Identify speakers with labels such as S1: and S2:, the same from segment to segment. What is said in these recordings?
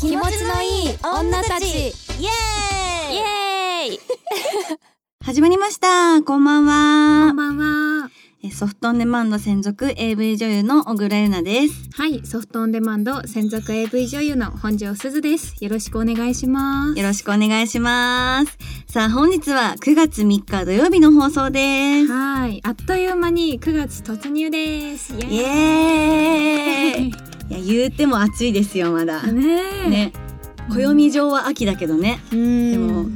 S1: 気持ちのいい女たち
S2: イエーイ
S1: イエーイ
S3: 始まりましたこんばんは
S2: こんばんは
S3: えソフトオンデマンド専属 AV 女優の小倉優奈です
S2: はいソフトオンデマンド専属 AV 女優の本庄すずですよろしくお願いします
S3: よろしくお願いしますさあ本日は9月3日土曜日の放送です
S2: はいあっという間に9月突入ですイエー
S3: イ
S2: イ
S3: エーイいや言うても暑いですよまだ
S2: ねえ
S3: ね暦上は秋だけどね
S2: うん
S3: でも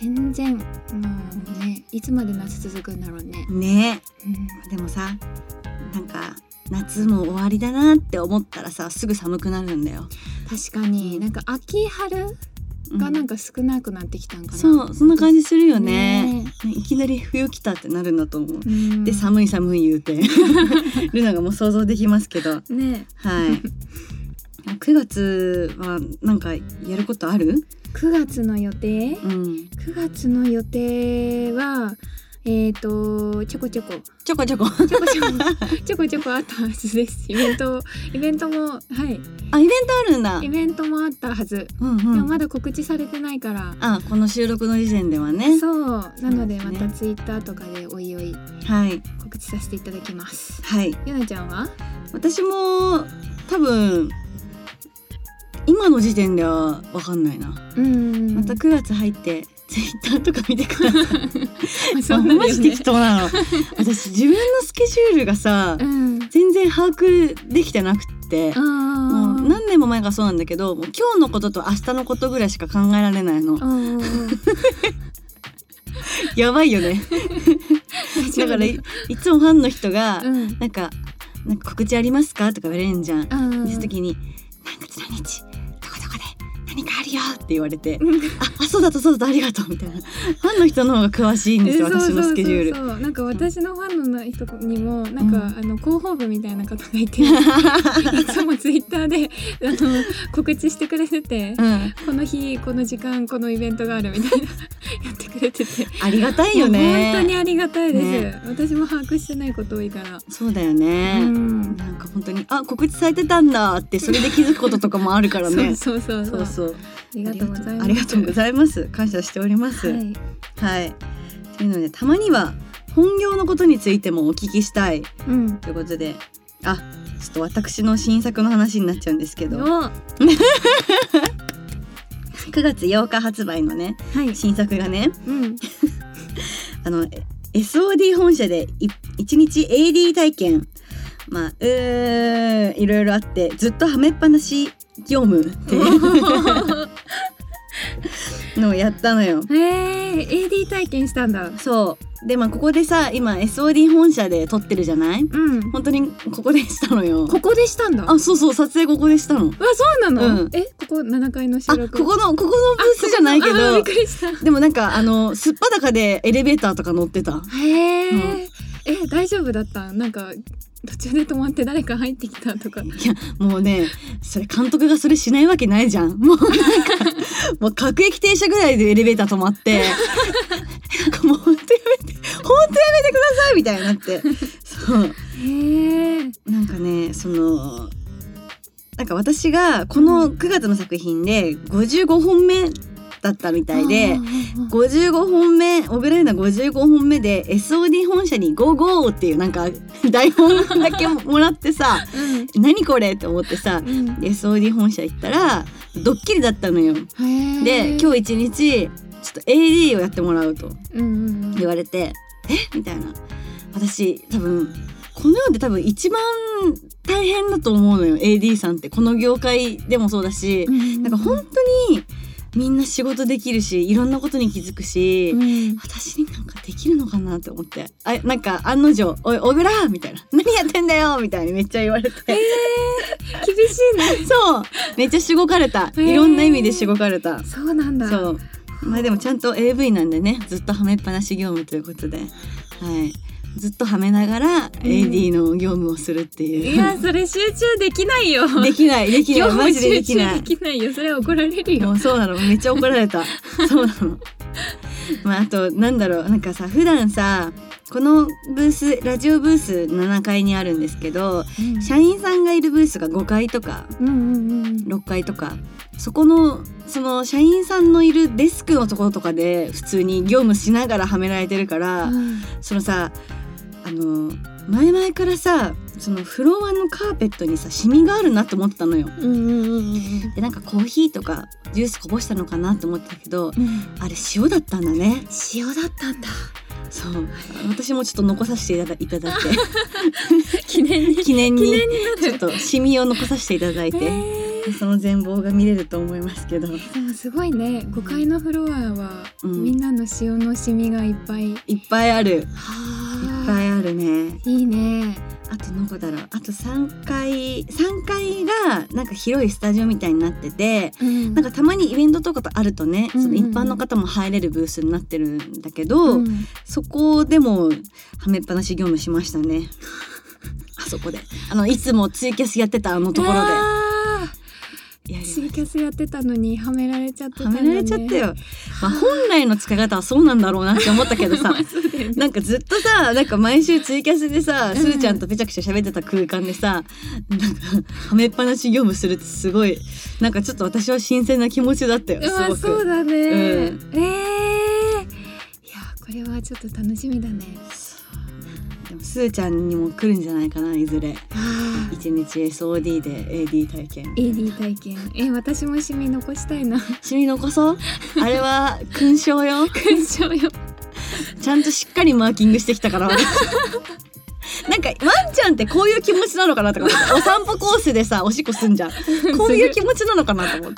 S2: 全然もうねいつまで夏続くんだろうね、
S3: ね
S2: うん
S3: でもさなんか夏も終わりだなって思ったらさすぐ寒くなるんだよ、
S2: 確かになんか秋春
S3: う
S2: がなんか少なくなってきたんかな、
S3: そうそんな感じするよ
S2: う
S3: ねねいきなり冬来たってなるんだと思う
S2: うん
S3: で寒い寒い言うて ルナがもう想像できますけどはい
S2: ね
S3: 9月はなんかやることある
S2: 9月の予定
S3: うん
S2: 9月の予定はえっ、とちょこちょこ
S3: ちょこちょこ
S2: ちょこちょこちょこちょこあったはずですイベントイベントもはい
S3: あイベントあるんだ
S2: イベントもあったはず、
S3: うん
S2: で
S3: う
S2: も
S3: ん
S2: まだ告知されてないから
S3: あこの収録の時点ではね
S2: そうなので
S3: そうで
S2: ま
S3: すね
S2: たツイッターとかでおいおい
S3: はい
S2: 告知させていただきます
S3: はい
S2: ゆなちゃんは
S3: 私も多分今の時点ではわかんないな、
S2: うん
S3: また9 月入ってツイッターとか見てください
S2: そんな
S3: マ
S2: です
S3: ジ
S2: ね
S3: 適当なの私自分のスケジュールがさ
S2: うん
S3: 全然把握できてなくっても
S2: あ
S3: う
S2: ー
S3: 何年も前がそうなんだけどもう今日のことと明日のことぐらいしか考えられないの
S2: うんうんうん
S3: やばい よねだからいいつもファンの人が
S2: うんうん
S3: なんか「なんか告知ありますか?」とか言われるんじゃん。
S2: うん
S3: その時に「何月何日どこどこで何かあるよ」って言われて「ああそうだとそうだとありがとう」みたいなファンの人の方が詳しいんですよ
S2: えそう
S3: 私のスケジュール。
S2: そうそうそうなんか私のファンの人にもなんか、
S3: うん
S2: あの広報部みたいな方がい ていつもツイッターであの告知してくれてて、
S3: うん、
S2: この日この時間このイベントがあるみたいなやってくれてて。
S3: ありがたいよ
S2: もう本当に
S3: ね。
S2: ありがたいです、
S3: ね
S2: 私も把握してないこと多いから、
S3: そうだよね。
S2: うん
S3: なんか本当にあ告知されてたんだってそれで気づくこととかもあるから ね。
S2: そうそうそう
S3: そう
S2: う
S3: そう。
S2: ありがとうございます
S3: ありがとうございます。感謝しております。はい。
S2: はい
S3: というのでたまには本業のことについてもお聞きしたい
S2: うん
S3: ということで、あちょっと私の新作の話になっちゃうんですけど、9
S2: おは
S3: 月8日発売のね
S2: い、
S3: 新作がね、
S2: うん、
S3: あのえ SOD 本社でい一日 AD 体験。まあ、うーんいろいろあってずっとはめっぱなし業 務っていうのをやったのよ。
S2: えー、AD 体験したんだ
S3: そうでまあここでさ今 SOD 本社で撮ってるじゃない
S2: うん
S3: 本当にここでしたのよ
S2: ここでしたんだ
S3: あそうそう撮影ここでしたの
S2: わそうなの、
S3: うん
S2: えここ七階の収
S3: あ
S2: 録
S3: ここのここのブースじゃないけ
S2: あびっ
S3: ど
S2: くりした
S3: でもなんかあのすっぱだかでエレベーターとか乗ってた
S2: へえ、
S3: うん
S2: え大丈夫だったなんか途中で止まって誰か入ってきたとか
S3: もうねそれ監督がそれしないわけないじゃんもうなんかもう各駅停車ぐらいでエレベーター止まってなんかもう本当やめて本当やめてくださいみたいになってそう
S2: へえ
S3: なんかねそのなんか私がこの9月の作品で55本目だったみたいで。55本目小倉優奈55本目で SOD 本社に「ゴーゴー」っていうなんか台本だけもらってさ「何これ?」って思ってさ
S2: うん、
S3: で SOD 本社行ったらドッキリだったのよ。
S2: うん、
S3: で
S2: 日
S3: 今日一日ちょっと AD をやってもらうと
S2: うんうん
S3: 言われて「えみたいな私多分この世で多分一番大変だと思うのよ AD さんってこの業界でもそうだし、
S2: うん
S3: なんか本当にみんな仕事できるしいろんなことに気づくし、
S2: うん
S3: 私になんかできるのかなって思ってあなんか案の定「おい小倉!」みたいな「何やってんだよ!」みたいにめっちゃ言われて、
S2: 厳しいね
S3: そうめっちゃしごかれた、
S2: ー
S3: いろんな意味でしごかれた。
S2: そうなんだ
S3: そうまあでもちゃんと AV なんでねずっとはめっぱなし業務ということで、はい、ずっとはめながら AD の業務をするって
S2: い
S3: いう、
S2: やそれ集中できないよ
S3: できないできな
S2: 業
S3: い
S2: 務
S3: マジでで
S2: 集
S3: きな
S2: 中
S3: い
S2: できないよそれ怒られる
S3: も
S2: よ
S3: うそうなのめっちゃ怒られたそうなのまああとなんだろうなんかさ普段さこのブースラジオブース7階にあるんですけど社員さんがいるブースが5階とか
S2: うんうんうんうん
S3: 6階とかそこのその社員さんのいるデスクのところとかで普通に業務しながらはめられてるから、
S2: うん
S3: そのさあの前々からさそのフロアのカーペットにさシミがあるなと思ってたのよ。
S2: うんうんうんうん
S3: でなんかコーヒーとかジュースこぼしたのかなと思ってたけど
S2: うん
S3: あれ塩だったんだね。
S2: 塩だったんだ
S3: そう私もちょっと残させていただい ただい
S2: 記念に
S3: て記念
S2: 記
S3: に
S2: 念になる
S3: ちょっとシミを残させていただいて、
S2: え
S3: その全貌が見れると思いますけど
S2: ーでもすごいね5階のフロアは、
S3: うん
S2: みんなの塩のシミがいっぱいいっ
S3: いっぱいあるいっぱ
S2: い
S3: いあるね
S2: いいね
S3: あとどこだろうあと3階3階がなんか広いスタジオみたいになってて
S2: うん
S3: なんかたまにイベントとかあるとね、
S2: うんうんうん
S3: その一般の方も入れるブースになってるんだけ
S2: う
S3: ど、
S2: ん
S3: そこでもはめっぱなし業務しました ねあそこであのいつもツイキャスやってたあのところで
S2: あ
S3: や
S2: ー
S3: りま
S2: ツ
S3: す
S2: イキャスやってたのにはめられちゃってた
S3: は
S2: んだ、
S3: め
S2: ね、
S3: られちゃったよ、まあ、本来の使い方はそうなんだろうなって思ったけどさ
S2: そうだよね
S3: なんかずっとさなんか毎週ツイキャスでさ、
S2: ん
S3: すーちゃんとぺちゃくちゃ喋ってた空間でさなんかはめっぱなし業務するってすごいなんかちょっと私は新鮮な気持ちだったよ
S2: うわ
S3: すご
S2: そう
S3: く。
S2: だね、
S3: ん
S2: えー、いやこれはちょっと楽しみだね
S3: でもすーちゃんにも来るんじゃないかないずれ
S2: あ
S3: 一日 SOD で AD 体験
S2: AD 体験えー私もシミ残したいな
S3: シミ残そうあれは勲章よ
S2: 勲章よ
S3: ちゃんとしっかりマーキングしてきたから 私なんかワンちゃんってこういう気持ちなのかなとか 思ってお散歩コースでさおしっこすんじゃんこういう気持ちなのかなと思っ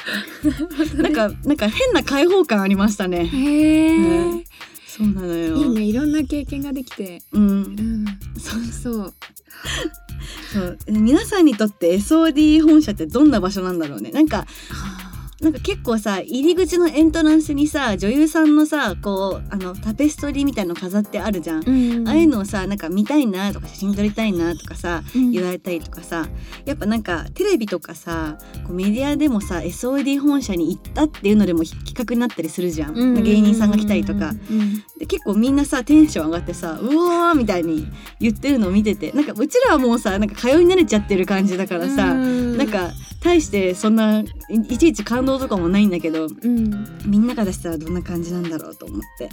S3: てなんかなんか変な開放感ありました
S2: へ
S3: ね
S2: えー
S3: ねそうなのよ
S2: いいねいろんな経験ができて
S3: う
S2: うんんそうそう
S3: そう皆さんにとって SOD 本社ってどんな場所なんだろうねなんかなんか結構さ入り口のエントランスにさ女優さんのさこうあのタペストリーみたいの飾ってあるじゃん、
S2: うん
S3: ああいうのをさなんか見たいなとか写真撮りたいなとかさ
S2: うん
S3: 言われたりとかさやっぱなんかテレビとかさこうメディアでもさ SOD 本社に行ったっていうのでも企画になったりするじゃん,、
S2: うん
S3: 芸人さんが来たりとか
S2: うん
S3: で結構みんなさテンション上がってさ「うわ!」みたいに言ってるのを見ててなんかうちらはもうさなんか通い慣れちゃってる感じだからさ、
S2: うん
S3: なんか大してそんないいちいち感動とかもないんだけど
S2: うん
S3: みんなからしたらどんな感じなんだろうと思って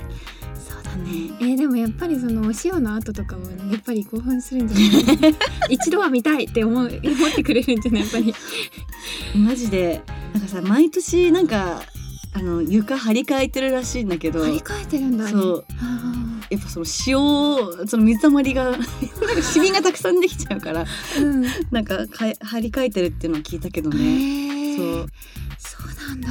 S3: そうだね
S2: えーでもやっぱりそのお塩の後とかはやっぱり興奮するんじゃない一度は見たいって思う思ってくれるんじゃないやっぱり
S3: マジでなんかさ毎年なんかあの床張り替えてるらしいんだけど
S2: 張り替えてるんだね
S3: そう
S2: あ
S3: やっぱその塩その水たま りがなんかシミがたくさんできちゃうから
S2: ーうんへ
S3: なんかかえ張り替えてるっていうのを聞いたけどね。
S2: ー
S3: そう、
S2: そうなん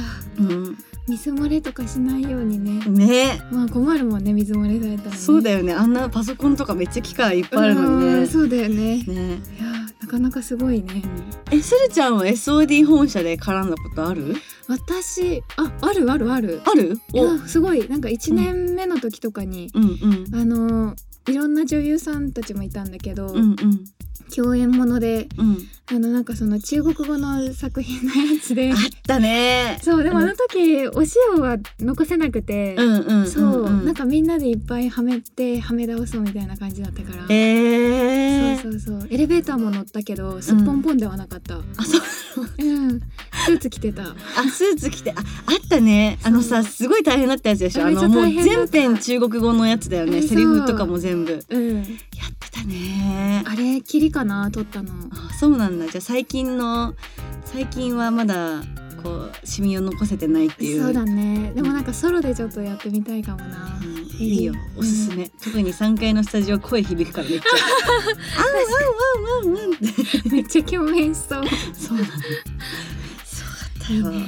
S2: だ
S3: う
S2: 水漏れとかしないようにね
S3: ん、ね
S2: まあ困るもんね水漏れされたら、ね、
S3: そうだ
S2: よ
S3: よねあんなパソコンとかめっちゃ機械いっぱいあるのにね。
S2: そうだよね
S3: ね
S2: いやーなかなかすごいね
S3: えするちゃんは SOD 本社で絡んだことある
S2: 私ああるあるある
S3: ある
S2: い
S3: おうん
S2: やすごいなんか1年目の時とかに、
S3: うん
S2: あのーいろんな女優さんたちもいたんだけど、
S3: うんうん
S2: 共演もので
S3: うん
S2: あのなんかその中国語の作品のやつで
S3: あったね
S2: そうでも
S3: う
S2: あ
S3: ん
S2: の時お塩は残せなくて、
S3: うんうんん
S2: そう、
S3: ん
S2: なんかみんなでいっぱいはめてはめ倒そうみたいな感じだったから、
S3: えー、
S2: そうそうそうエレベーターも乗ったけどすっぽんぽんではなかった、うん、
S3: あそう
S2: スーツ着てた
S3: あスーツ着てああったねあのさすごい大変だったやつでしょあ
S2: めっちゃ
S3: のもう
S2: 大変だ
S3: 全
S2: った
S3: 編中国語のやつだよね
S2: うん
S3: セリフとかも全部やっ
S2: うん
S3: てたね
S2: あれ霧かな撮ったの
S3: あそうなんだじゃあ最近の最近はまだこうシミを残せてないっていう
S2: そうだねでもなんかソロでちょっとやってみたいかも な、
S3: うんいいよおすすめ、特に3階のスタジオ声響くからめっちゃあんあんあんあんあんって
S2: めっちゃ共演しそう
S3: そうなのそうだったよ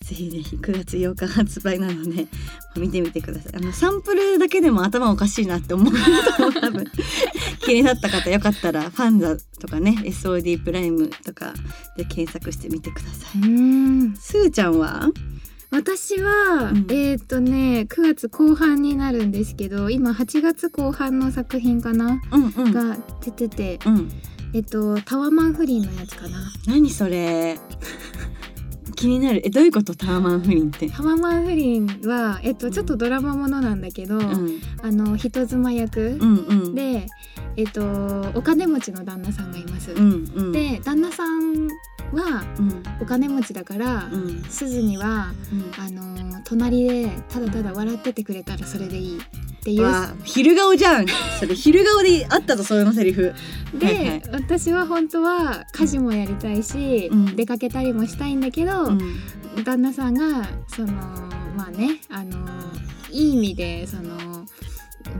S3: ぜひぜひ9月8日発売なので 見てみてくださいあのサンプルだけでも頭おかしいなって思う と思う多分気になった方よかったらファンザとかね SOD プライムとかで検索してみてください
S2: うん
S3: すーちゃんは
S2: 私は、
S3: うん
S2: えっ、とね9月後半になるんですけど今8月後半の作品かな、
S3: うんうん
S2: が出てて
S3: うん
S2: えっ、とタワマンフリーのやつかな
S3: 何それ 気になるえどういうことタワマン不倫って、
S2: タワマン不倫は、えっと、ちょっとドラマものなんだけど、
S3: うん、うん
S2: あの人妻役
S3: うん
S2: で、えっと、お金持ちの旦那さんがいます。
S3: うんうん
S2: で旦那さんは
S3: うん
S2: お金持ちだから、
S3: うんうん
S2: すずにはあのー隣でただただ笑っててくれたらそれでいいっていう
S3: わあ昼顔じゃんそれ昼顔であったとそういうのセリフ
S2: で、
S3: はいはい
S2: 私は本当は家事もやりたいし、
S3: うん
S2: 出かけたりもしたいんだけど、
S3: うん
S2: 旦那さんがそのまあねあのーいい意味でその。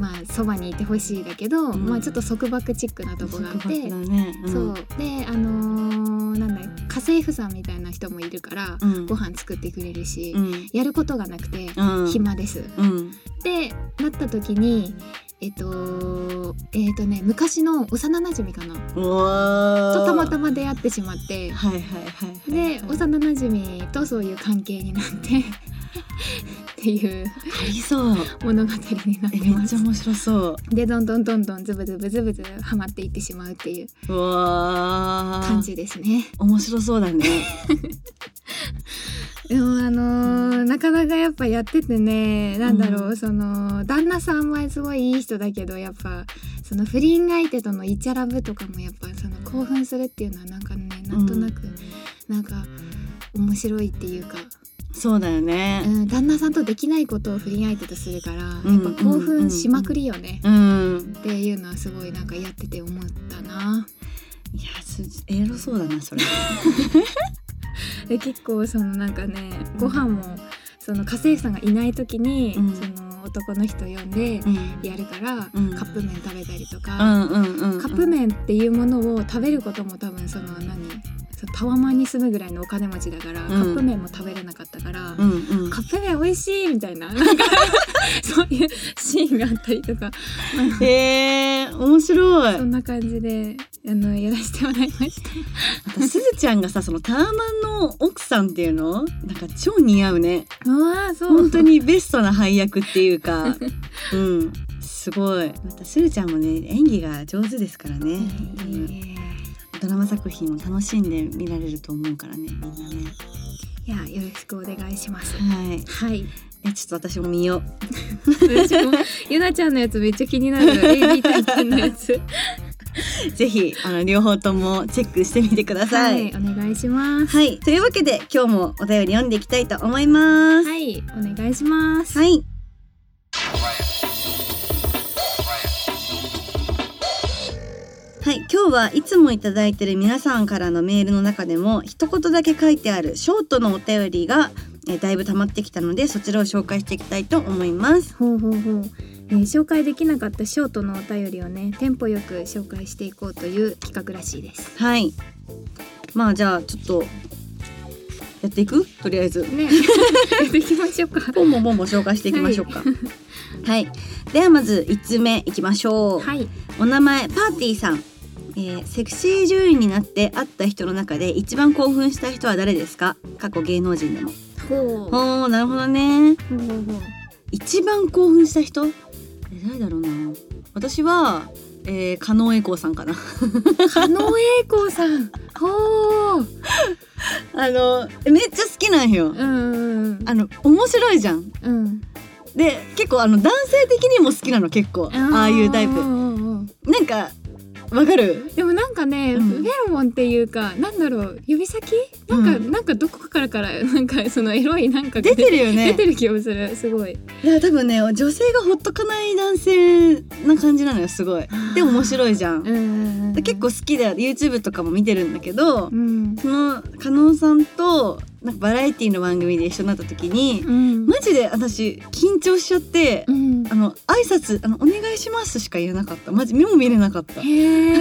S2: まあそばにいてほしいだけど、
S3: うん
S2: まあちょっと束縛チックなとこがあって、
S3: 束縛だねうん
S2: そうであのーなんだ家政婦さんみたいな人もいるから、
S3: うん
S2: ご飯作ってくれるし、
S3: うん
S2: やることがなくて
S3: うん
S2: 暇です。
S3: うん
S2: ってなった時にえっとえっとね昔の幼なじみかな
S3: うわー
S2: とたまたま出会ってしまって
S3: はいはいはいはい
S2: で
S3: はい
S2: 幼なじみとそういう関係になってっていう
S3: ありそう
S2: 物語になっ
S3: え
S2: て
S3: め
S2: ま
S3: っちゃ
S2: す。
S3: 面白そ
S2: でどんどんどんどんズブズブズブズブハマっていってしまうっていう
S3: ううわー
S2: 感じですね。
S3: 面白そうだね
S2: でもあのーなかなかやっぱやっててねなんだろう、
S3: う
S2: その旦那さんはすごいいい人だけどやっぱその不倫相手とのイチャラブとかもやっぱその興奮するっていうのはなんかねなんとなく、なんか面白いっていうか、
S3: そうだよね
S2: うん、旦那さんとできないことを不倫相手とするから、
S3: ん
S2: やっぱ興奮しまくりよね、
S3: うん
S2: っていうのはすごいなんかやってて思ったな。
S3: いやすエロそうだなそれ
S2: で結構そのなんかねご飯もその家政婦さんがいない時に、
S3: うん
S2: その男の人呼んで
S3: うん
S2: やるから、
S3: うん
S2: カップ麺食べたりと
S3: う
S2: か、
S3: んうんうんうん
S2: カップ麺っていうものを食べることも多分その何そのタワマンに住むぐらいのお金持ちだから、
S3: ん
S2: カップ麺も食べれなかったから、
S3: うんうん
S2: カップ麺美味しいみたいななん かそういうシーンがあったりとか
S3: えー、面白い
S2: そんな感じであのやらせてもらいました。
S3: あとすずちゃんがさそのタワマンの奥さんっていうのなんか超似合うね
S2: わあそう
S3: 本当にベストな配役っていう かうんすごいまたすずちゃんもね演技が上手ですからね、うん
S2: い
S3: ドラマ作品も楽しんで見られると思うからねみんなね
S2: やよろしくお願いします。
S3: はい
S2: はい。
S3: えちょっと私も見よう
S2: 私もゆなちゃんのやつめっちゃ気になる。AB 体験のやつ。
S3: ぜひあの両方ともチェックしてみてくださ。
S2: はい
S3: はい
S2: い、お願いします。
S3: というわけで今日もお便り読んでいきたいと思います。はい、
S2: はい、お願いします。
S3: はい今日はいつもいただいている皆さんからのメールの中でも一言だけ書いてあるショートのお便りがえだいぶ溜まってきたのでそちらを紹介していきたいと思います。
S2: ほうほうほう。えー紹介できなかったショートのお便りをね、テンポよく紹介していこうという企画らしいです。
S3: はい。まあじゃあちょっとやっていくとりあ えず。
S2: ね、やっていきましょうか。
S3: ポンもボンも紹介していきましょうか。はい、ではまず1つ目いきましょう。
S2: はい。
S3: お名前パーティーさん、えーセクシー女優になって会った人の中で一番興奮した人は誰ですか過去芸能人でも
S2: ほうほう
S3: おーなるほどね
S2: ほうほう。
S3: 一番興奮した人え誰だろうな私は、えー、加納栄光さんかな
S2: 加納栄光さん。ほう。
S3: あのめっちゃ好きなんよ
S2: うんうん
S3: あの面白いじゃん
S2: うん。
S3: で結構あの男性的にも好きなの結構
S2: ん。
S3: ああいうタイプ
S2: んうんうん
S3: なんかわかる
S2: でもなんかね、
S3: うん
S2: フェロモンっていうかなんだろう指先なんか、
S3: うん
S2: なんかどこからからなんかそのエロいなんかが
S3: 出てるよね
S2: 出てる気がするすごい
S3: いや多分ね女性がほっとかない男性な感じなのよすごいで面白いじゃん、
S2: ん
S3: 結構好きで YouTube とかも見てるんだけど、
S2: うん
S3: その加納さんとなんかバラエティの番組で一緒になった時に、
S2: うん
S3: マジで私緊張しちゃって、
S2: うん
S3: あの挨拶あの「お願いします」しか言えなかったマジ目も見れなかった。
S2: へえ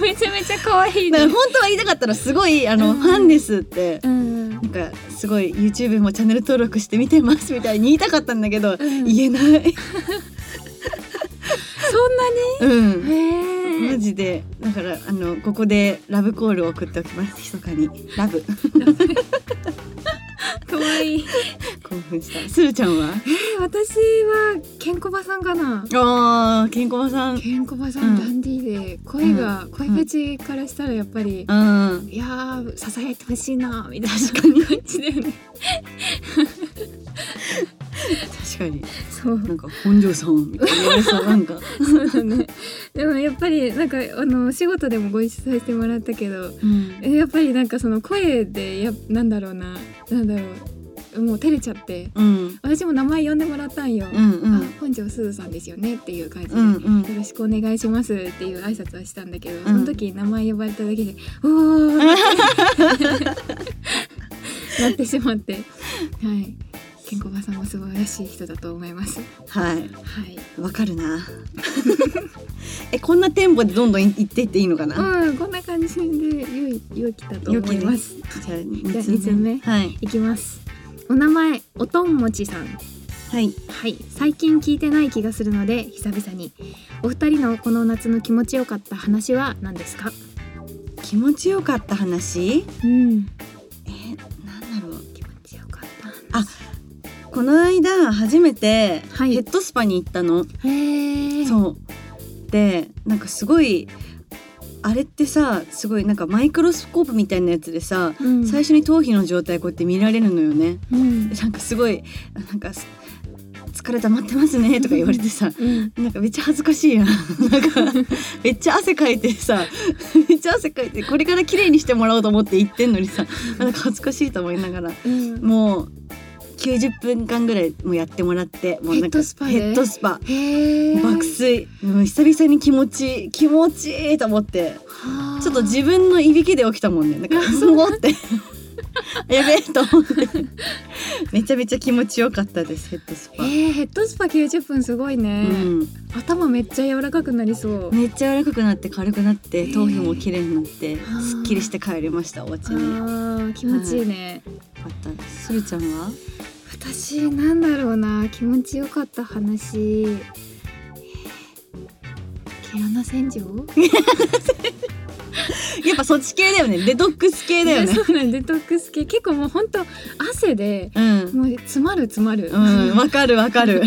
S2: めちゃめちゃ可愛い
S3: だか
S2: ね
S3: ら本当は言いたかったらすごい「あの、
S2: うん
S3: ファンです」って、
S2: うん
S3: なんかすごい YouTube もチャンネル登録して見てますみたいに言いたかったんだけど、
S2: うん
S3: 言えない。
S2: そ
S3: うん
S2: んなにへ
S3: マ
S2: え
S3: ジでだからあのここでラブコールを送っておきます密かにラブ
S2: 可愛いい。
S3: 興奮したするちゃんは
S2: 私はケンコバさんかな。
S3: ああ健康さん
S2: ケンコバさ、
S3: うんん
S2: ダンディーで声が、声フェチからしたらやっぱり、
S3: うん
S2: いやー支えてほしいなみたいな感じだよね。
S3: 確かに
S2: そう
S3: なんか本庄さんみたいなさなんか
S2: そうだね。 でもやっぱりなんかあのお仕事でもご一緒させてもらったけど、
S3: うん
S2: えやっぱりなんかその声でやなんだろうななんだろうもう照れちゃって、
S3: うん
S2: 私も名前呼んでもらったんよ。
S3: うんう
S2: あ
S3: ん
S2: 本庄すずさんですよねっていう感じで。
S3: うんうん
S2: よろしくお願いしますっていう挨拶はしたんだけど、
S3: ん
S2: その時名前呼ばれただけで「お ー!」ってなってしまってはい健康ばさんも素晴らしい人だと思います
S3: は
S2: は
S3: い
S2: い
S3: わかるな えこんなテンポでどんどん行っていっていいのかな、
S2: うんこんな感じで良い良きだと思います
S3: じゃあ
S2: じゃあ
S3: 2
S2: 二つ目
S3: はい
S2: いきますお名前おとんもちさん
S3: はい
S2: はい最近聞いてない気がするので久々にお二人のこの夏の気持ちよかった話は何ですか
S3: 気持ちよかった話
S2: うん
S3: えなんだろう
S2: 気持ちよかった
S3: あこの間初めて
S2: はい
S3: ヘッドスパに行った
S2: へ
S3: の、
S2: ー
S3: そうでなんかすごいあれってさすごいなんかマイクロスコープみたいなやつでさ、
S2: うん
S3: 最初に頭皮の状態こうやって見られるのよね
S2: うん
S3: でなんかすごいなんかす疲れたまってますねとか言われてさ
S2: うん
S3: なんかめっちゃ恥ずかしいやんなんかめっちゃ汗かいてさめっちゃ汗かいてこれから綺麗にしてもらおうと思って行ってんのにさなんか恥ずかしいと思いながら
S2: うん
S3: もう90分間ぐらいもうやってもらってもうなん
S2: ヘッ
S3: か
S2: ドスパで
S3: ヘッドスパ
S2: へー
S3: 爆睡もう久々に気持ちいい気持ちいいと思って
S2: はー
S3: ちょっと自分のいびきで起きたもん ねなんかすごって やべえと思ってめちゃめちゃ気持ちよかったですヘッドスパ、
S2: えーヘッドスパ90分すごいね、頭めっちゃ柔らかくなりそう
S3: うん、めっちゃ柔らかくなって軽くなって
S2: ー
S3: 頭皮も綺麗になって
S2: あー
S3: すっきりして帰りましたお家
S2: あ
S3: によ
S2: ー気持ちいいね、
S3: かったですするちゃんは
S2: 私なんだろうな気持ちよかった話えー毛穴洗浄
S3: やっぱそっち系だよねデトックス系だよね
S2: そうなんデトックス系結構もうほんと汗で
S3: うん
S2: もう詰まる詰まる、
S3: うんわかるわかる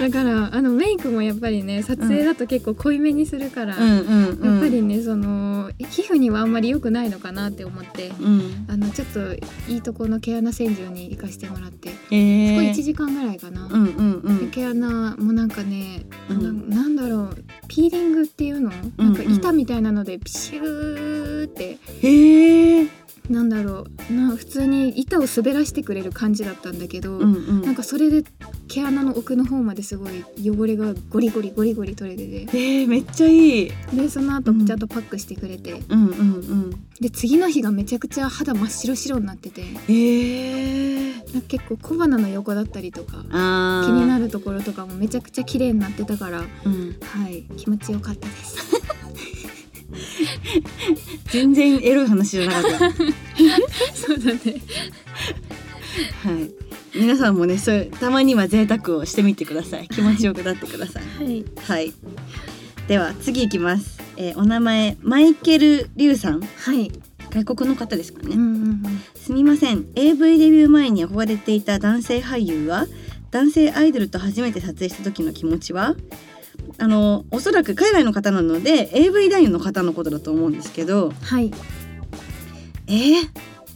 S2: だからあのメイクもやっぱりね撮影だと結構濃いめにするから、
S3: うんうんうん
S2: やっぱりねその皮膚にはあんまり良くないのかなって思って
S3: うん
S2: あのちょっといいとこの毛穴洗浄に行かしてもらって、
S3: えー
S2: そこ1時間ぐらいかな、
S3: うんうんうん
S2: で毛穴もなんかね、
S3: うん
S2: ななんだろうピーリングっていうの、
S3: うん
S2: なんか板みたいなのでピシューって
S3: へえ。
S2: なんだろうな普通に板を滑らしてくれる感じだったんだけど、
S3: うんうん。
S2: なんかそれで毛穴の奥の方まですごい汚れがゴリゴリゴリゴリ取れてて
S3: えー、めっちゃいい。
S2: でその後
S3: うん
S2: ちゃんとパックしてくれて、
S3: うんうんうん。
S2: で次の日がめちゃくちゃ肌真っ白白になってて
S3: ええー。
S2: なんか結構小鼻の横だったりとか
S3: あ
S2: 気にな
S3: る。
S2: るところとかもめちゃくちゃ綺麗になってたから
S3: うん。
S2: はい気持ちよかったです。
S3: 全然エロい話じ ゃなかった。は
S2: そうだね。
S3: い。皆さんもね、そういうたまには贅沢をしてみてください。気持ちよくなってください。
S2: はい。
S3: はい。では次行きます。えー、お名前マイケルリュウさん、
S2: はい。
S3: 外国の方ですかね。
S2: うんうん
S3: すみません AV デビュー前に憧れていた男性俳優は男性アイドルと初めて撮影した時の気持ちはあのおそらく海外の方なので AV 男優の方のことだと思うんですけど
S2: はい。
S3: えー、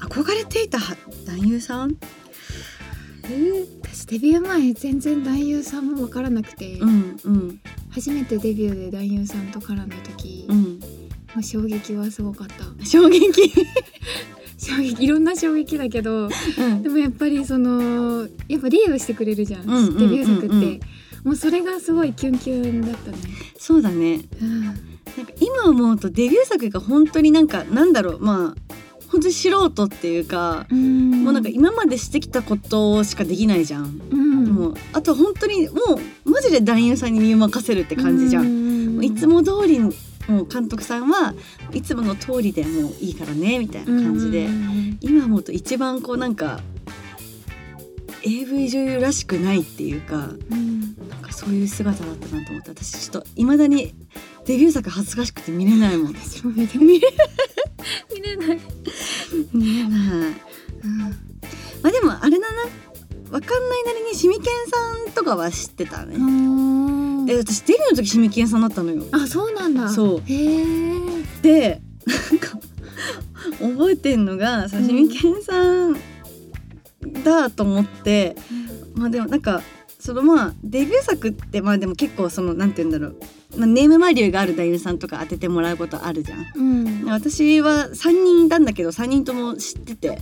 S3: 憧れていたは男優さん
S2: 私デビュー前全然男優さんも分からなくて、
S3: うんうん
S2: 初めてデビューで男優さんと絡んだ時、
S3: う
S2: も
S3: ん
S2: う衝撃はすごかった。
S3: 衝撃
S2: 衝撃いろんな衝撃だけど、
S3: うん
S2: でもやっぱりそのやっぱリードしてくれるじゃん。
S3: うんうんうんうん
S2: デビュー作って、もうそれがすごいキュンキュンだったね。
S3: そうだね
S2: うん
S3: なんか今思うとデビュー作が本当になんかなんだろうまあ本当に素人っていうか、もうなんか今までしてきたことしかできないじゃん
S2: うん、
S3: もうあとは本当にもうマジで男優さんに身を任せるって感じじゃん。もういつも通りもう監督さんはいつもの通りでもういいからねみたいな感じで、
S2: うん
S3: 今思うと一番こうなんか AV 女優らしくないっていうか
S2: うん
S3: なんかそういう姿だったなと思って私ちょっといまだにデビュー作恥ずかしくて見れない もん
S2: 私も見れない見れない、
S3: 見れない
S2: うん
S3: まあでもとかは知ってたね、
S2: ん
S3: で私デビューの時締め切り屋さんだったのよ
S2: あそうなんだ
S3: そう
S2: へえ
S3: でなんか覚えてんのが刺身健さんだと思って、まあでもなんかそのまあデビュー作ってまあでも結構そのなんて言うんだろう、まあ、ネームバリューがある男優さんとか当ててもらうことあるじゃん。
S2: うん
S3: 私は3人いたんだけど3人とも知ってて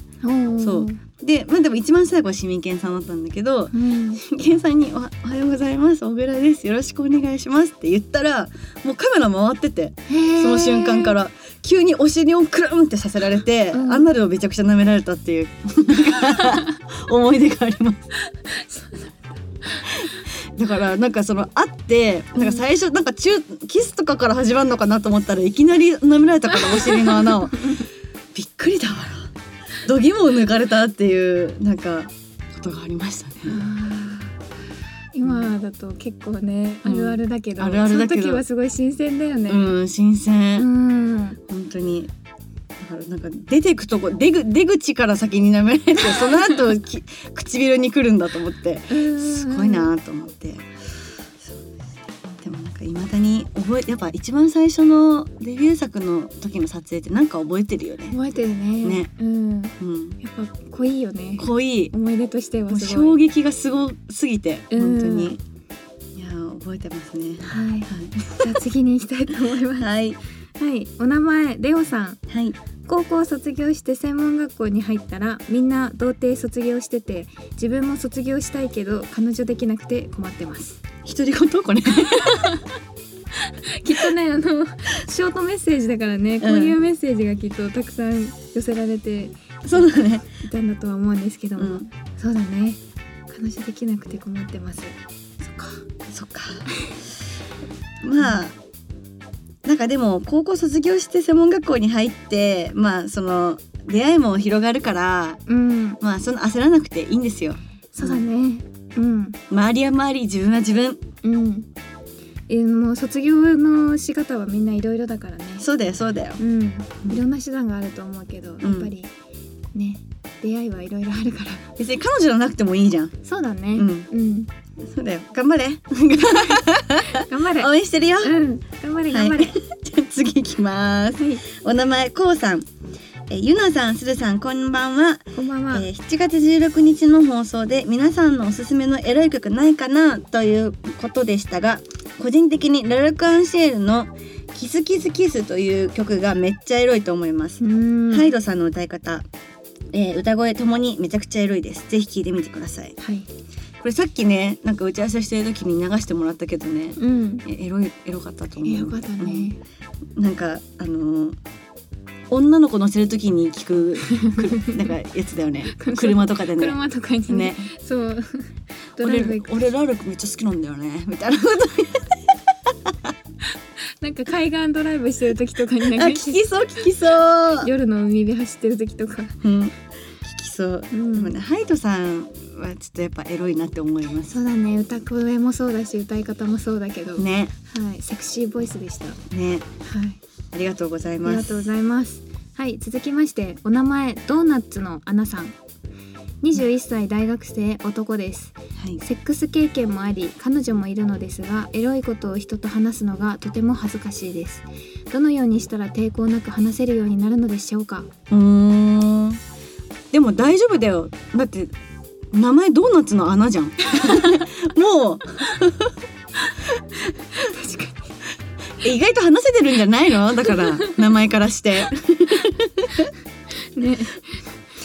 S3: そうでまあでも一番最後は市民健さんだったんだけど
S2: うん
S3: 市民健さんにおは「おはようございます小倉ですよろしくお願いします」って言ったらもうカメラ回っててその瞬間からら急にお尻をクルンってさせられて、
S2: うん
S3: アナルをめちゃくちゃ舐められたって いう思い出があります。 だからなんかその会ってなんか最初なんか中キスとかから始まるのかなと思ったらいきなり舐められたからお尻の 穴をびっくりだわ度肝を抜かれたっていうなんかことがありましたね。
S2: 今だと結構ねあ
S3: うん
S2: るあるだけど
S3: あるあるだけど
S2: その時はすごい新鮮だよね
S3: うん新鮮、
S2: うん
S3: 本当にだからなんか出てくとこ出ぐ出口から先に舐められてその後き 唇に来るんだと思ってすごいなと思って。そうでもなんか未だに覚えやっぱ一番最初のデビュー作の時の撮影ってなんか覚えてるよね。
S2: 覚えてるね
S3: ね
S2: うんや
S3: うん、
S2: っぱ濃いよね
S3: 濃い
S2: 思い出として
S3: も
S2: は
S3: う
S2: す
S3: 衝
S2: ごい
S3: 撃がすごすぎて
S2: うん
S3: 本当に、いやー覚えてますね。
S2: はい
S3: は
S2: じゃあ次に行きたいと思い ます
S3: い
S2: はいお名前レオさん
S3: はい
S2: 高校を卒業して専門学校に入ったらみんな童貞卒業してて自分も卒業したいけど彼女できなくて困ってます
S3: 独り言これ。
S2: きっとねあのショートメッセージだからねこういうメッセージがきっとたくさん寄せられてい
S3: そうだね。
S2: たんだとは思うんですけど
S3: う
S2: も、
S3: ん
S2: そうだね彼女できなくて困ってます
S3: そっか。まあ。なんかでも高校卒業して専門学校に入ってまあその出会いも広がるから
S2: うん
S3: まあその焦らなくていいんですよ
S2: そうだねうん
S3: 周りは周り自分は自分
S2: うんえーもう卒業の仕方はみんないろいろだからね
S3: そうだよそうだよ
S2: うん、いろんな手段があると思うけど、やっぱりね出会いはいろいろあるから
S3: 別に彼女じゃなくてもいいじゃん
S2: そうだね
S3: うん
S2: うん、
S3: そうだよ頑張れ
S2: 頑張れ
S3: 応援してるよ
S2: うん頑張れ頑張れ、
S3: じゃあ次いきます
S2: はい、
S3: お名前こうさんえゆなさんするさんこんばんは
S2: こんばんは、
S3: えー7月16日の放送で皆さんのおすすめのエロい曲ないかなということでしたが個人的にラルク・アンシェールの「キスキスキス」という曲がめっちゃエロいと思います、
S2: うん
S3: ハイドさんの歌い方、えー歌声ともにめちゃくちゃエロいですぜひ聴いてみてください
S2: はい
S3: これさっきねなんか打ち合わせしてる時に流してもらったけどね
S2: うん
S3: えエロいエロかったと思う
S2: えよかったね、
S3: うんなんかあのー女の子乗せる時に聞くくなんかやつだよ ね車とかでね
S2: 車とかにね
S3: ね
S2: そう ドライ
S3: 俺
S2: ブ行く
S3: 俺ラルクめっちゃ好きなんだよね みたいなこと
S2: なんか海岸ドライブしてる時とかに
S3: あ
S2: なん か
S3: 聞きそう聞きそう、
S2: 夜の海辺走ってる時とか
S3: うん、聞きそう、
S2: うん
S3: でもねハイドさんはちょっとやっぱエロいなって思います
S2: そうだね歌声もそうだし歌い方もそうだけど、
S3: ね
S2: はいセクシーボイスでしたは
S3: ね
S2: い
S3: ありがとうござい
S2: あり
S3: ま
S2: がとうご
S3: す
S2: ざいます。はい、続きまして、お名前ドーナツのアナさん。21歳大学生男です
S3: はい
S2: セックス経験もあり彼女もいるのですがエロいことを人と話すのがとても恥ずかしいですどのようにしたら抵抗なく話せるようになるのでしょうか
S3: うーんでも大丈夫だよだって名前ドーナツの穴じゃん もうえ意外と話せてるんじゃないのだから名前からして
S2: ね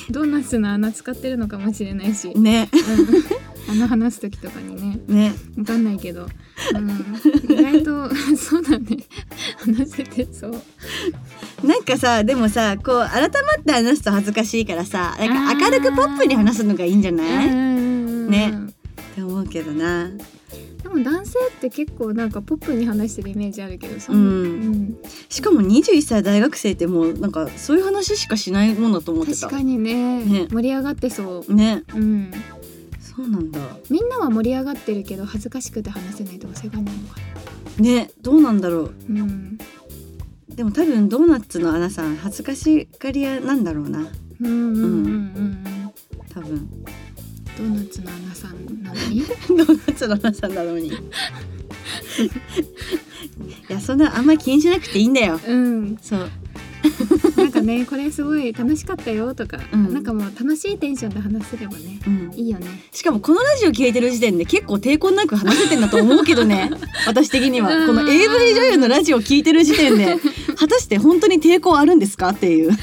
S2: ドーナツの穴使ってるのかもしれないし、
S3: ね
S2: 穴話す時とかにね
S3: ね
S2: わかんないけど、うん、意外と そうだね話せてそう
S3: なんかさでもさこう改まって話すと恥ずかしいからさな
S2: あ
S3: ん
S2: ー
S3: か明るくポップに話すのがいいんじゃないっね
S2: ね
S3: て思うけどな
S2: でも男性って結構なんかポップに話してるイメージあるけどそ
S3: うん
S2: うん
S3: しかも21歳大学生ってもうなんかそういう話しかしないもんだと思ってた
S2: 確かにね
S3: ね
S2: 盛り上がってそう、
S3: ね
S2: うん、
S3: そうなんだ
S2: みんなは盛り上がってるけど恥ずかしくて話せないとかそういう感じなのかな
S3: ねどうなんだろう
S2: うん、
S3: でも多分ドーナツのアナさん恥ずかしがり屋なんだろうな
S2: うんうんうんうん
S3: 多分
S2: ドーナツの穴さんなのに
S3: ドーナツの話なんだのに いやそんなあんまり気にしなくていいんだよ
S2: うん
S3: そう
S2: なんかねこれすごい楽しかったよとか、
S3: うん
S2: なんかもう楽しいテンションで話せればね
S3: うん
S2: いいよね
S3: しかもこのラジオ聞いてる時点で結構抵抗なく話せてんだと思うけど ね私的には
S2: うん
S3: この AV 女優のラジオ聞いてる時点で 果たして本当に抵抗あるんですかっていう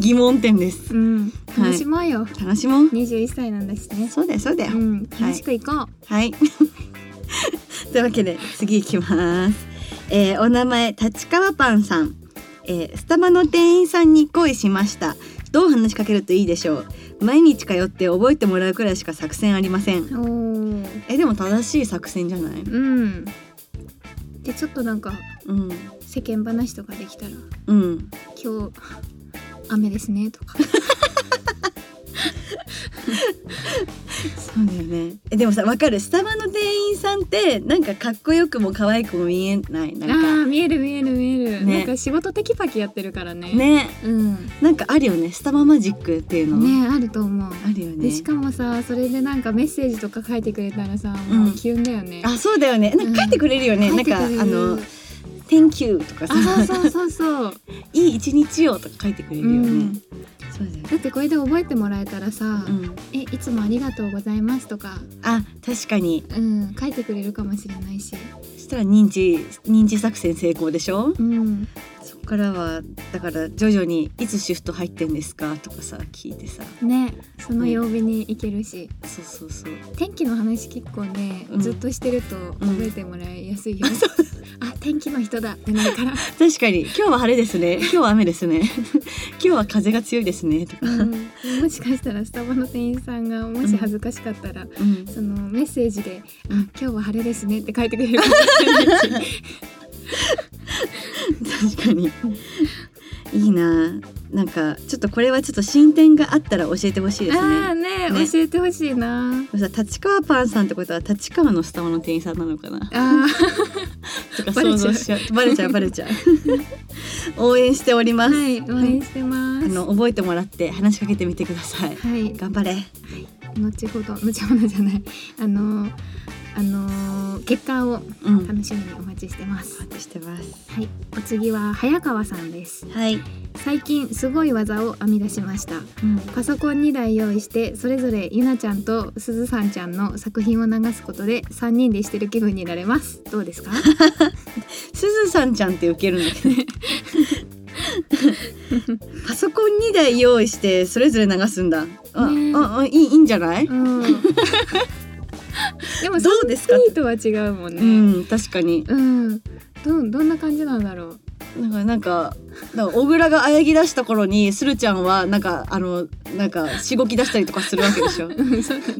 S3: 疑問点です
S2: うん楽しもうよ、
S3: 楽しもう
S2: 21歳なんだしね
S3: そうだよそうだよ、
S2: うん楽しくいこう、
S3: はい というわけで次いきます、えーお名前立川パンさん、えースタバの店員さんに恋しましたどう話しかけるといいでしょう毎日通って覚えてもらうくらいしか作戦ありません
S2: おー
S3: えでも正しい作戦じゃない
S2: うんでちょっとなんか
S3: うん
S2: 世間話とかできたら
S3: うん
S2: 「今日雨ですね」とか
S3: そうだよねえでもさわかるスタバの店員さんってなんかかっこよくも可愛くも見えない
S2: あ
S3: なん
S2: ー見える見える見える、
S3: ね
S2: なんか仕事テキパキやってるからね
S3: かね
S2: うん
S3: なんかあるよねスタバマジックっていうの、
S2: ねあると思う
S3: あるよ
S2: で
S3: ね
S2: しかもさそれでなんかメッセージとか書いてくれたらさ、
S3: うん
S2: もうキュンだよね
S3: あそうだよねなんか書いてくれるよね、
S2: 書
S3: ないん
S2: てく
S3: か
S2: れる
S3: あの「Thank you」とかさ
S2: あそうそうそうそう、
S3: いい一日をとか 書いてくれるよね。
S2: うん
S3: そうだよね。
S2: だってこれで覚えてもらえたらさ「
S3: うん。
S2: えいつもありがとうございます」とか、
S3: あ、確かに。
S2: うん、書いてくれるかもしれないし、
S3: そしたら認知認知作戦成功でしょ。
S2: うん、
S3: そこからはだから徐々にいつシフト入ってんですかとかさ聞いてさ。
S2: ねその曜日に行けるし、
S3: そうそうそう。
S2: 天気の話結構ね、
S3: うん
S2: ずっとしてると覚えてもらいやすいよね、 あ天気の人だってなるから、
S3: 確かに今日は晴れで すね。今日は雨ですね。 今日は風が強いですねとか。
S2: うん、もしかしたらスタバの店員さんがもし恥ずかしかったら、
S3: うん。
S2: そのメッセージで「
S3: うん
S2: あ今日は晴れですね」って書いてくれるかもしれないし
S3: 確かに。いいな。なんかちょっとこれはちょっと進展があったら教えてほしいです
S2: ああね
S3: ね。ね
S2: 教えてほしいな
S3: でもさ立川パンさんってことは立川のスタバの店員さんなのかな。
S2: あ
S3: とか
S2: バレ
S3: 想
S2: ちゃう
S3: 像しちゃうバレちゃうバレちゃう 応援しておりま
S2: ー
S3: す、
S2: はい応援してま
S3: あ
S2: す、
S3: の覚えてもらって話しかけてみてください
S2: はい
S3: 頑張れ
S2: 後ほど後ほどじゃないあのあの結果を
S3: うん
S2: 楽しみにお待ちしてます、
S3: 待ちしてます
S2: はいお次は早川さんです
S3: はい、
S2: 最近すごい技を編み出しましたパソコン2台用意してそれぞれゆなちゃんとすずさんちゃんの作品を流すことで3人でしてる気分になれますどうですか
S3: すずさんちゃんって受けるんだ けどパソコン2台用意してそれぞれ流すんだあ、
S2: ねえ
S3: ああいいいいんじゃない、
S2: うんでも
S3: どうですか
S2: 3P とは違うもん
S3: う
S2: ね
S3: ん確かに
S2: うんどんどんな感じなんだろう
S3: なんかなんかなんか小倉があやぎ出した頃にするちゃんはなんかあのなんかしごき出したりとかするわけで しょ
S2: うんそうだね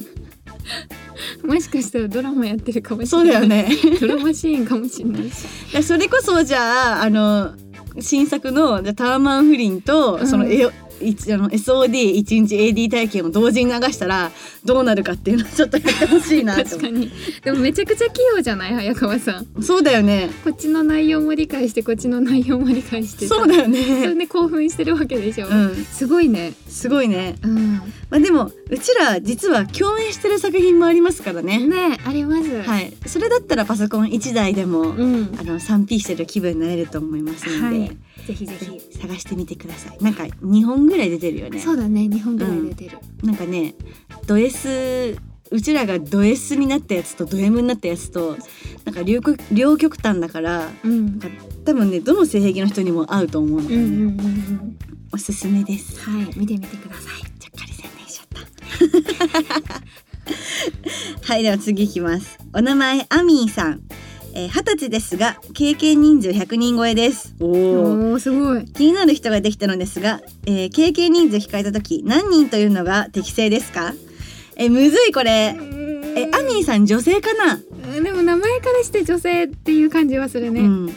S2: もしかしたらドラマやってるかもし
S3: そう
S2: れない
S3: だよね
S2: ドラマシーンかもしれ ないし
S3: でそれこそじゃああの新作のじゃあターマンフリンと、
S2: うん
S3: そのえ一あの SOD 一日 AD 体験を同時に流したらどうなるかっていうのをちょっとやってほしいなと
S2: 確かにでもめちゃくちゃ器用じゃない早川さん
S3: そうだよね
S2: こっちの内容も理解してこっちの内容も理解してさ
S3: そうだよ
S2: それ
S3: ね
S2: で興奮してるわけでしょ、
S3: うん
S2: すごいね
S3: すごいね
S2: うん
S3: まあでもうちら実は共演してる作品もありますからね、
S2: ねありますい
S3: はいそれだったらパソコン1台でも、
S2: うん
S3: あの 3P してる気分になれると思いますので、
S2: はいぜひぜ
S3: ぜ
S2: ひ
S3: ひ探してみてくださいなんか2本ぐらい出てるよね
S2: そうだね日本ぐらい出てる、
S3: なんかねド S うちらがド S になったやつとド M になったやつとなんか両極両極端だから
S2: うん
S3: 多分ねどの性癖の人にも合うと思うの
S2: う
S3: で、
S2: んうん
S3: ね
S2: うんうん
S3: おすすめです。
S2: はい見てみてください
S3: ちゃっかり宣伝しちゃった。 はいでは次いきます。お名前アミーさん。えー二、十、歳ですが経験人数100人超えです。おー
S2: おーすごい
S3: 気になる人ができたのですが、えー経験人数控えた時何人というのが適正ですかえーむずいこれえアミーさん女性かな、
S2: うんでも名前からして女性っていう感じはするね
S3: う
S2: うん
S3: ん、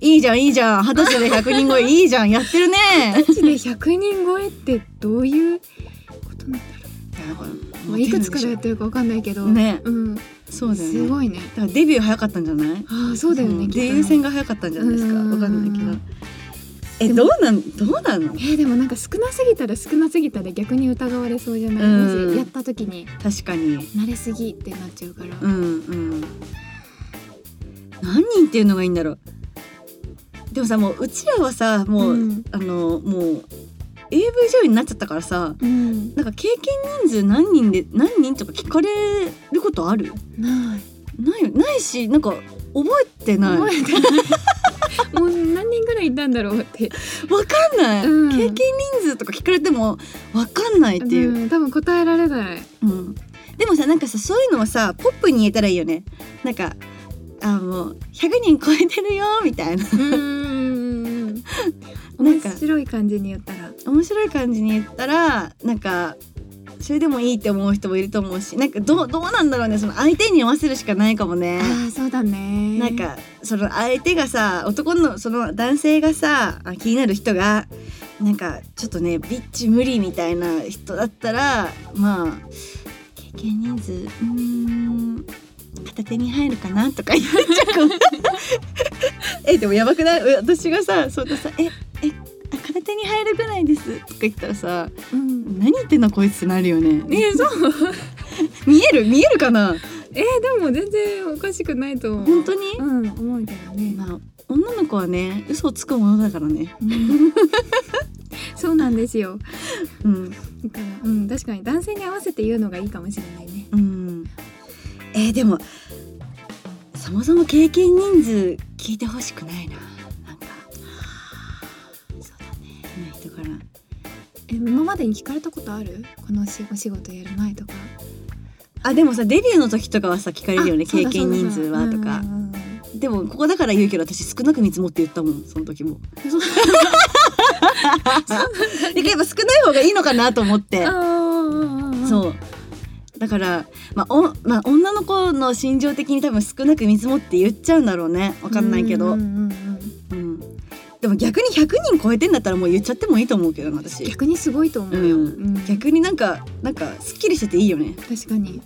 S3: いいじゃんいいじゃん二十歳で100人 超えいいじゃんやってるね
S2: マジで100人超えってどういうことなんだろう、まあ、いくつからやってるかわかんないけど
S3: ね
S2: うん、
S3: そうだよね
S2: す
S3: だか
S2: ごいね
S3: らデビュー早かったんじゃない
S2: ああそうだよね、
S3: ん
S2: きっと
S3: デ
S2: ね
S3: ビュー戦が早かったんじゃないですか
S2: うん
S3: わかんないけどえどうなんどうなの
S2: えーでもなんか少なすぎたら少なすぎたで逆に疑われそうじゃない、
S3: うん
S2: もしやった時に
S3: 確かに
S2: 慣れすぎってなっちゃうから、
S3: うんうん何人っていうのがいいんだろうでもさもううちらはさも
S2: う
S3: う、
S2: ん
S3: あのもう AV 女優になっちゃったからさ
S2: うん、
S3: なんか経験人数何人で何人とか聞かれることある
S2: ない
S3: ないよないしなんか覚えてないわ
S2: 覚えてない もう何人ぐらいいたんだろうって
S3: かんない、
S2: うん
S3: 経験人数とか聞かれてもわかんないっていう、
S2: うん多分答えられない
S3: うん、でもさなんかさそういうのはさポップに言えたらいいよねなんかあもう100人超えてるよみたいな
S2: うん
S3: なん
S2: 面
S3: か
S2: 白い感じに言ったら
S3: 面白い感じに言ったらなんかそれでもいいって思う人もいると思うしなんかどうどうなんだろうねその相手に合わせるしかないかも ね。
S2: ああそうだね
S3: なんかその相手がさ男のその男性がさあ気になる人がなんかちょっとねビッチ無理みたいな人だったらまあ経験人数うーん片手に入るかなとか言っちゃう かもえでもやばくない私がさそうださええあ片手に入るぐらいですとか言ったらさ
S2: うん
S3: 何言ってんのこいつってなるよね
S2: えーそう
S3: 見える見えるかな
S2: えーでも全然おかしくないと思う
S3: 本当に
S2: うん思うけどね、
S3: まあ女の子はね嘘をつくものだからね
S2: うんそうなんですよ
S3: うん
S2: だからうん確かに男性に合わせて言うのがいいかもしれないね
S3: うん、えーでもそもそも経験人数聞いてほしくないななんかそうだね人から
S2: え今までに聞かれたことあるこの仕お仕事やる前とか
S3: あでもさデビューの時とかはさ聞かれるよね
S2: あそう
S3: 経
S2: だ
S3: 験人数はとか、でもここだから言うけど私少なく見積もって言ったもんその時も
S2: そう
S3: でやっぱ少ない方がいいのかなと思って
S2: だうんうんうんうんうんうんうん
S3: そうだから、まあおまあ、女の子の心情的に多分少なく見積もって言っちゃうんだろうねわかんないけど
S2: うんうんうんうん
S3: うん、でも逆に100人超えてんだったらもう言っちゃってもいいと思うけどな私
S2: 逆にすごいと思うよ、
S3: うん
S2: うん
S3: 逆になんかなんかすっきりしてていいよね
S2: 確か に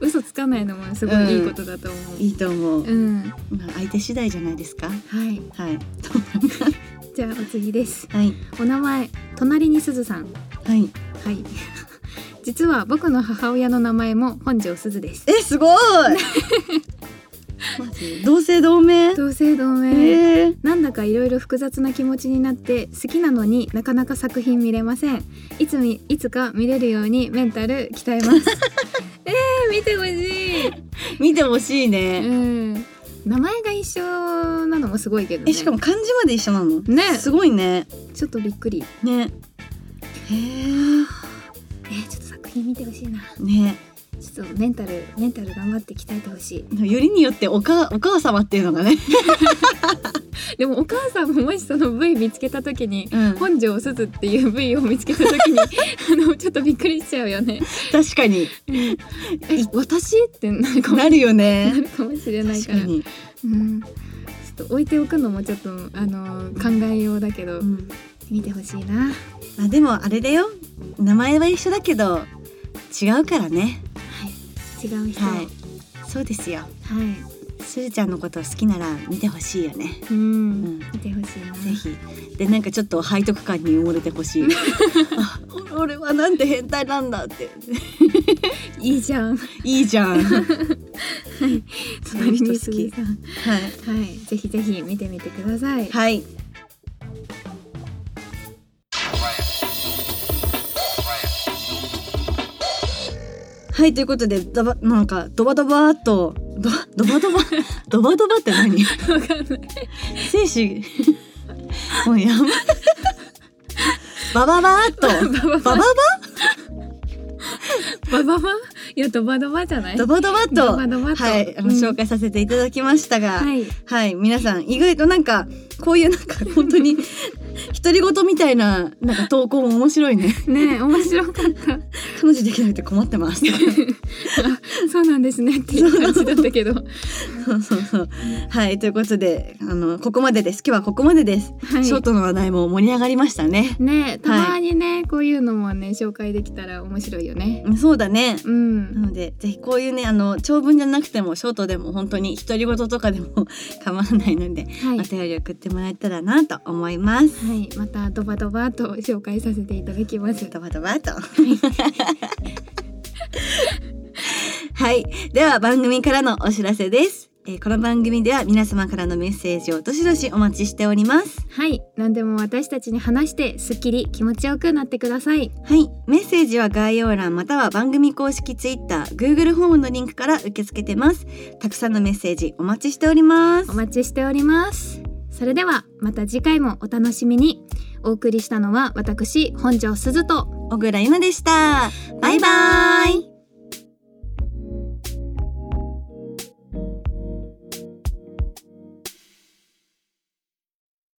S2: 嘘つかないのもすごいいいことだと思う
S3: いいと思う、
S2: うん、
S3: まあ、相手次第じゃないですか
S2: はい
S3: はい
S2: じゃあお次です
S3: はい
S2: お名前隣にすずさん
S3: はい
S2: はい 実は僕の母親の名前も本庄すずです
S3: えすごい マジ同姓同名
S2: 同姓同名、
S3: えー、
S2: なんだかいろいろ複雑な気持ちになって好きなのになかなか作品見れませんいつみいつか見れるようにメンタル鍛えます えー、見てほしい、
S3: 見てほしいね、
S2: うん、名前が一緒なのもすごいけどね
S3: えしかも漢字まで一緒なの
S2: ね
S3: すごいね
S2: ちょっとびっくり
S3: ねへえー、
S2: えー、ちょっと作品見てほしいな
S3: ね
S2: ちょっとメンタルメンタル頑張って鍛えてほしい
S3: よりによっておかお母様っていうのがね、
S2: でもお母さんももしその V 見つけた時に
S3: うん、
S2: 本庄すずっていう V を見つけた時に あのちょっとびっくりしちゃうよね
S3: 確かに
S2: え私ってなるかも
S3: なるよね
S2: なるかもしれない
S3: 確
S2: か
S3: からに
S2: うん、ちょっと置いておくのもちょっとあの考えようだけど、
S3: うん
S2: 見てほしいなは
S3: あでもあれだよ名前は一緒だけど違うからね
S2: い違う人
S3: は
S2: はいい、
S3: そうですよすずちゃんのこと好きなら見てほしいよね
S2: うん、
S3: うん
S2: 見てほしいな
S3: ぜひでなんかちょっと背徳感に埋もれてほし いあ俺はなんて変態なんだって
S2: いいじゃん
S3: いいじゃん はい
S2: 隣に杉さん
S3: は
S2: はいぜひぜひ見てみてください、
S3: いはいということでドバなんかドバドバーっとドバドバド バドバドバって何
S2: わかんない
S3: 精子 もうやばバババーっとバババ
S2: バババいやドバドバじゃない
S3: ドバドバっ
S2: ド
S3: と
S2: バドバと
S3: はいあの
S2: うん
S3: 紹介させていただきましたが、は、
S2: はいい
S3: 皆さん意外となんかこういうなんか本 当に独り言みたいななんか投稿も面白いね
S2: ねえ面白かった
S3: 彼女できなくて困ってます
S2: あそうなんですねっていう感じだったけど、は
S3: そうそうそうはいということであのここまでです今日はここまでです、ショー
S2: い、
S3: トの話題も盛り上がりましたね
S2: ねたまにね、こういうのもね紹介できたら面白いよね。
S3: うんそうだね
S2: う、
S3: なんのでぜひこういうねあの長文じゃなくてもショートでも本当に独り言とかでも 構わないので、
S2: はい、
S3: お便り送ってもらえたらなと思います
S2: はい、またドバドバと紹介させていただきます。
S3: ドバドバっとはいでは番組からのお知らせです、えーこの番組では皆様からのメッセージをどしどしお待ちしております
S2: はい、何でも私たちに話してすっきり気持ちよくなってください。
S3: はい、メッセージは概要欄または番組公式 Twitter、Google ホームのリンクから受け付けてます。たくさんのメッセージお待ちしております
S2: お。待ちしております。それではまた次回もお楽しみに。お送りしたのは私本庄すずと
S3: 小倉優奈でした。バイバイ。